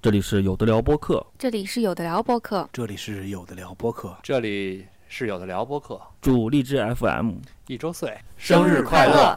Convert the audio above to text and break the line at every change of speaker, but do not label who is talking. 这里是有的聊播客，
这里是有的聊播客，
这里是有的聊播客，
这里是有的聊播客，
祝荔枝 FM
一周岁
生日快乐！